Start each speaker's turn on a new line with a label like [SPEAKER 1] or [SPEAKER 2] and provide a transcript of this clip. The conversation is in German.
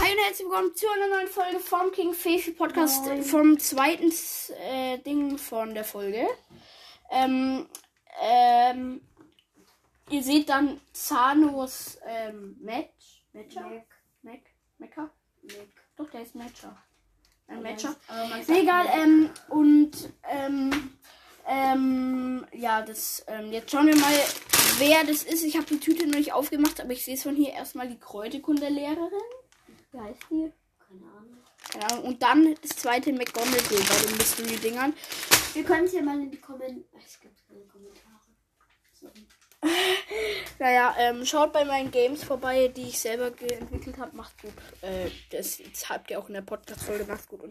[SPEAKER 1] Hi und herzlich willkommen zu einer neuen Folge vom King Fefi Podcast, äh, vom zweiten äh, Ding von der Folge. Ähm, ähm, ihr seht dann Zanos ähm, Match. Matcher?
[SPEAKER 2] Mac.
[SPEAKER 1] Mac. Mecker? Doch, der ist Matcher. Ein Matcher.
[SPEAKER 2] Aber man
[SPEAKER 1] Ist egal,
[SPEAKER 2] äh,
[SPEAKER 1] ähm, und, ähm, ähm, ja, das, ähm, jetzt schauen wir mal, wer das ist. Ich habe die Tüte noch nicht aufgemacht, aber ich sehe es von hier erstmal die Kräuterkundelehrerin. Wie heißt die?
[SPEAKER 2] Keine Ahnung.
[SPEAKER 1] Keine Ahnung. Und dann das zweite McDonald's bei den Mystery-Dingern.
[SPEAKER 2] Wir können es ja mal in die Kommentare. Es gibt keine Kommentare. So.
[SPEAKER 1] Naja, ähm, schaut bei meinen Games vorbei, die ich selber ge- entwickelt habe. Macht gut. Äh, das, das habt ihr auch in der Podcast-Folge. Macht gut und ciao.